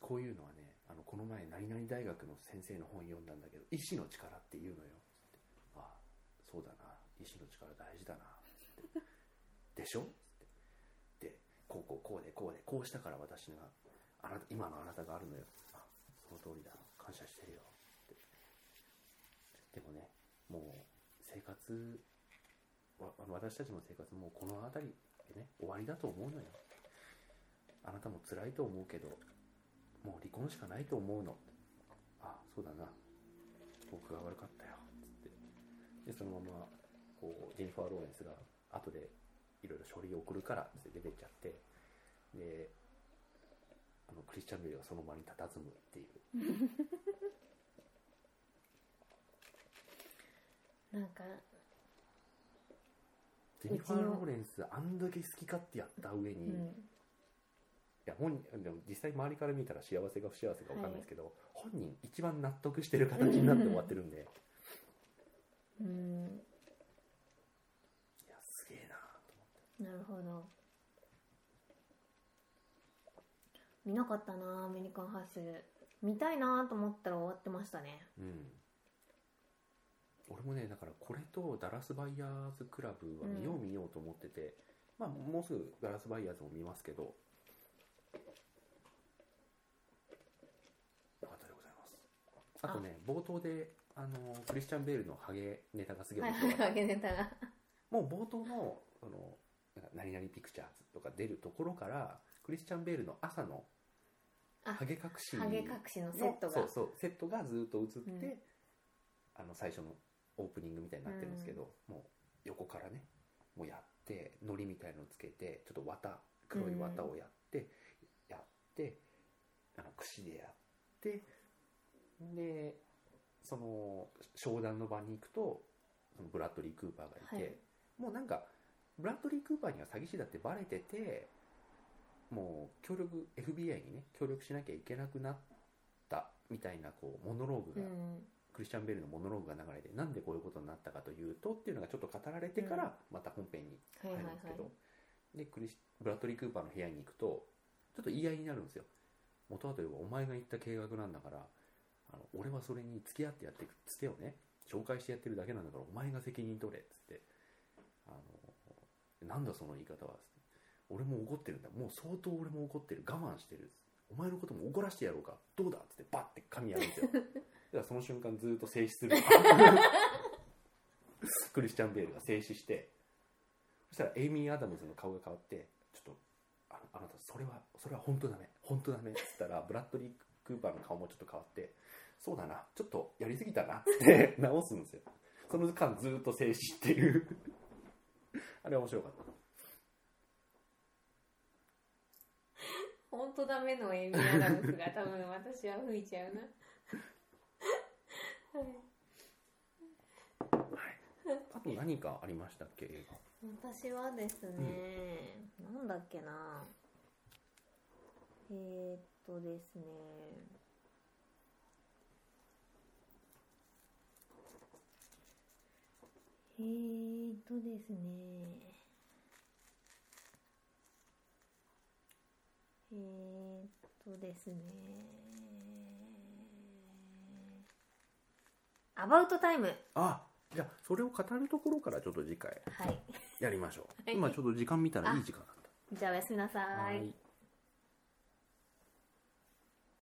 Speaker 1: こういうのはねあのこの前何々大学の先生の本読んだんだけど医師の力っていうのよってああそうだな医師の力大事だなってでしょってでこうこうこうでこうでこうしたから私があなた今のあなたがあるのよあその通りだ感謝してるよってでもねもう生活わ私たちの生活もうこの辺りでね終わりだと思うのよあなたも辛いと思うけどもう離婚しかないと思うのあそうだな僕が悪かったよつってでそのままこうジェニファー・ローレンスが後でいろいろ書類を送るからつって出てっちゃってであのクリスチャン・ベールがその場に佇むっていう
Speaker 2: なんか
Speaker 1: ジェニファー・ローレンスあんだけ好き勝手やった上
Speaker 2: う
Speaker 1: に、い
Speaker 2: ん
Speaker 1: や本人でも実際周りから見たら幸せか不幸せか分かんないですけど、本人一番納得してる形になって終わってるんで
Speaker 2: うん
Speaker 1: いやすげえなと思って
Speaker 2: なるほど見なかったなアメリカンハッスル見たいなと思ったら終わってましたね
Speaker 1: うん俺もねだからこれとダラスバイヤーズクラブは見よう見ようと思ってて、まあもうすぐダラスバイヤーズも見ますけどよかったでございますあとね冒頭であのクリスチャン・ベールのハゲネタがすげえ
Speaker 2: はい
Speaker 1: 面
Speaker 2: は
Speaker 1: 白か
Speaker 2: い
Speaker 1: った
Speaker 2: ハゲネタが
Speaker 1: もう冒頭のそのなんか何々ピクチャーズとか出るところからクリスチャン・ベールの朝の
Speaker 2: あ
Speaker 1: ハゲ隠し
Speaker 2: ハゲ隠しのセットが
Speaker 1: そうそうセットがずっと映って、
Speaker 2: うん
Speaker 1: あの最初のオープニングみたいになってるんですけど、もう横からねもうやってのりみたいのつけてちょっと綿黒い綿をやって、やってあの櫛でやってでその商談の場に行くとそのブラッドリー・クーパーがいて、
Speaker 2: はい
Speaker 1: もうなんかブラッドリー・クーパーには詐欺師だってバレててもう協力 FBI にね協力しなきゃいけなくなったみたいなこうモノローグ
Speaker 2: う
Speaker 1: が、
Speaker 2: ん
Speaker 1: クリスチャン・ベールのモノローグが流れてなんでこういうことになったかというとっていうのがちょっと語られてか
Speaker 2: うん
Speaker 1: らまた本編に
Speaker 2: はいはい
Speaker 1: 入
Speaker 2: は
Speaker 1: るん
Speaker 2: い
Speaker 1: ですけど、でクリスブラッドリー・クーパーの部屋に行くとちょっと言い合いになるんですよ元はといえばお前が言った計画なんだからあの俺はそれに付き合ってやっていくつてをね紹介してやってるだけなんだからお前が責任取れっつってあのなんだその言い方はつって俺も怒ってるんだもう相当俺も怒ってる我慢してるお前のことも怒らしてやろうかどうだっつってバッて噛み合うんですよだからその瞬間ずっと静止するクリスチャン・ベールが静止してそしたらエイミー・アダムズの顔が変わってちょっとあのあなたそれはそれは本当ダメ本当ダメっつったらブラッドリー・クーパーの顔もちょっと変わってそうだなちょっとやりすぎたなって直すんですよその間ずっと静止っていうあれ面白かった
Speaker 2: 本当ダメのエイミー・アダムスが多分私は吹いちゃうなはい
Speaker 1: はいあと何かありましたっけ映画
Speaker 2: 私はですね、なんだっけなえー、っとですねえー、っとですねえー、っとですねアバウトタイム
Speaker 1: あじゃあそれを語るところからちょっと次回
Speaker 2: はい
Speaker 1: やりましょう、
Speaker 2: はい
Speaker 1: 今ちょっと時間見たらいい時間だっ
Speaker 2: じゃあおやすみなさ
Speaker 1: た
Speaker 2: い
Speaker 1: はーい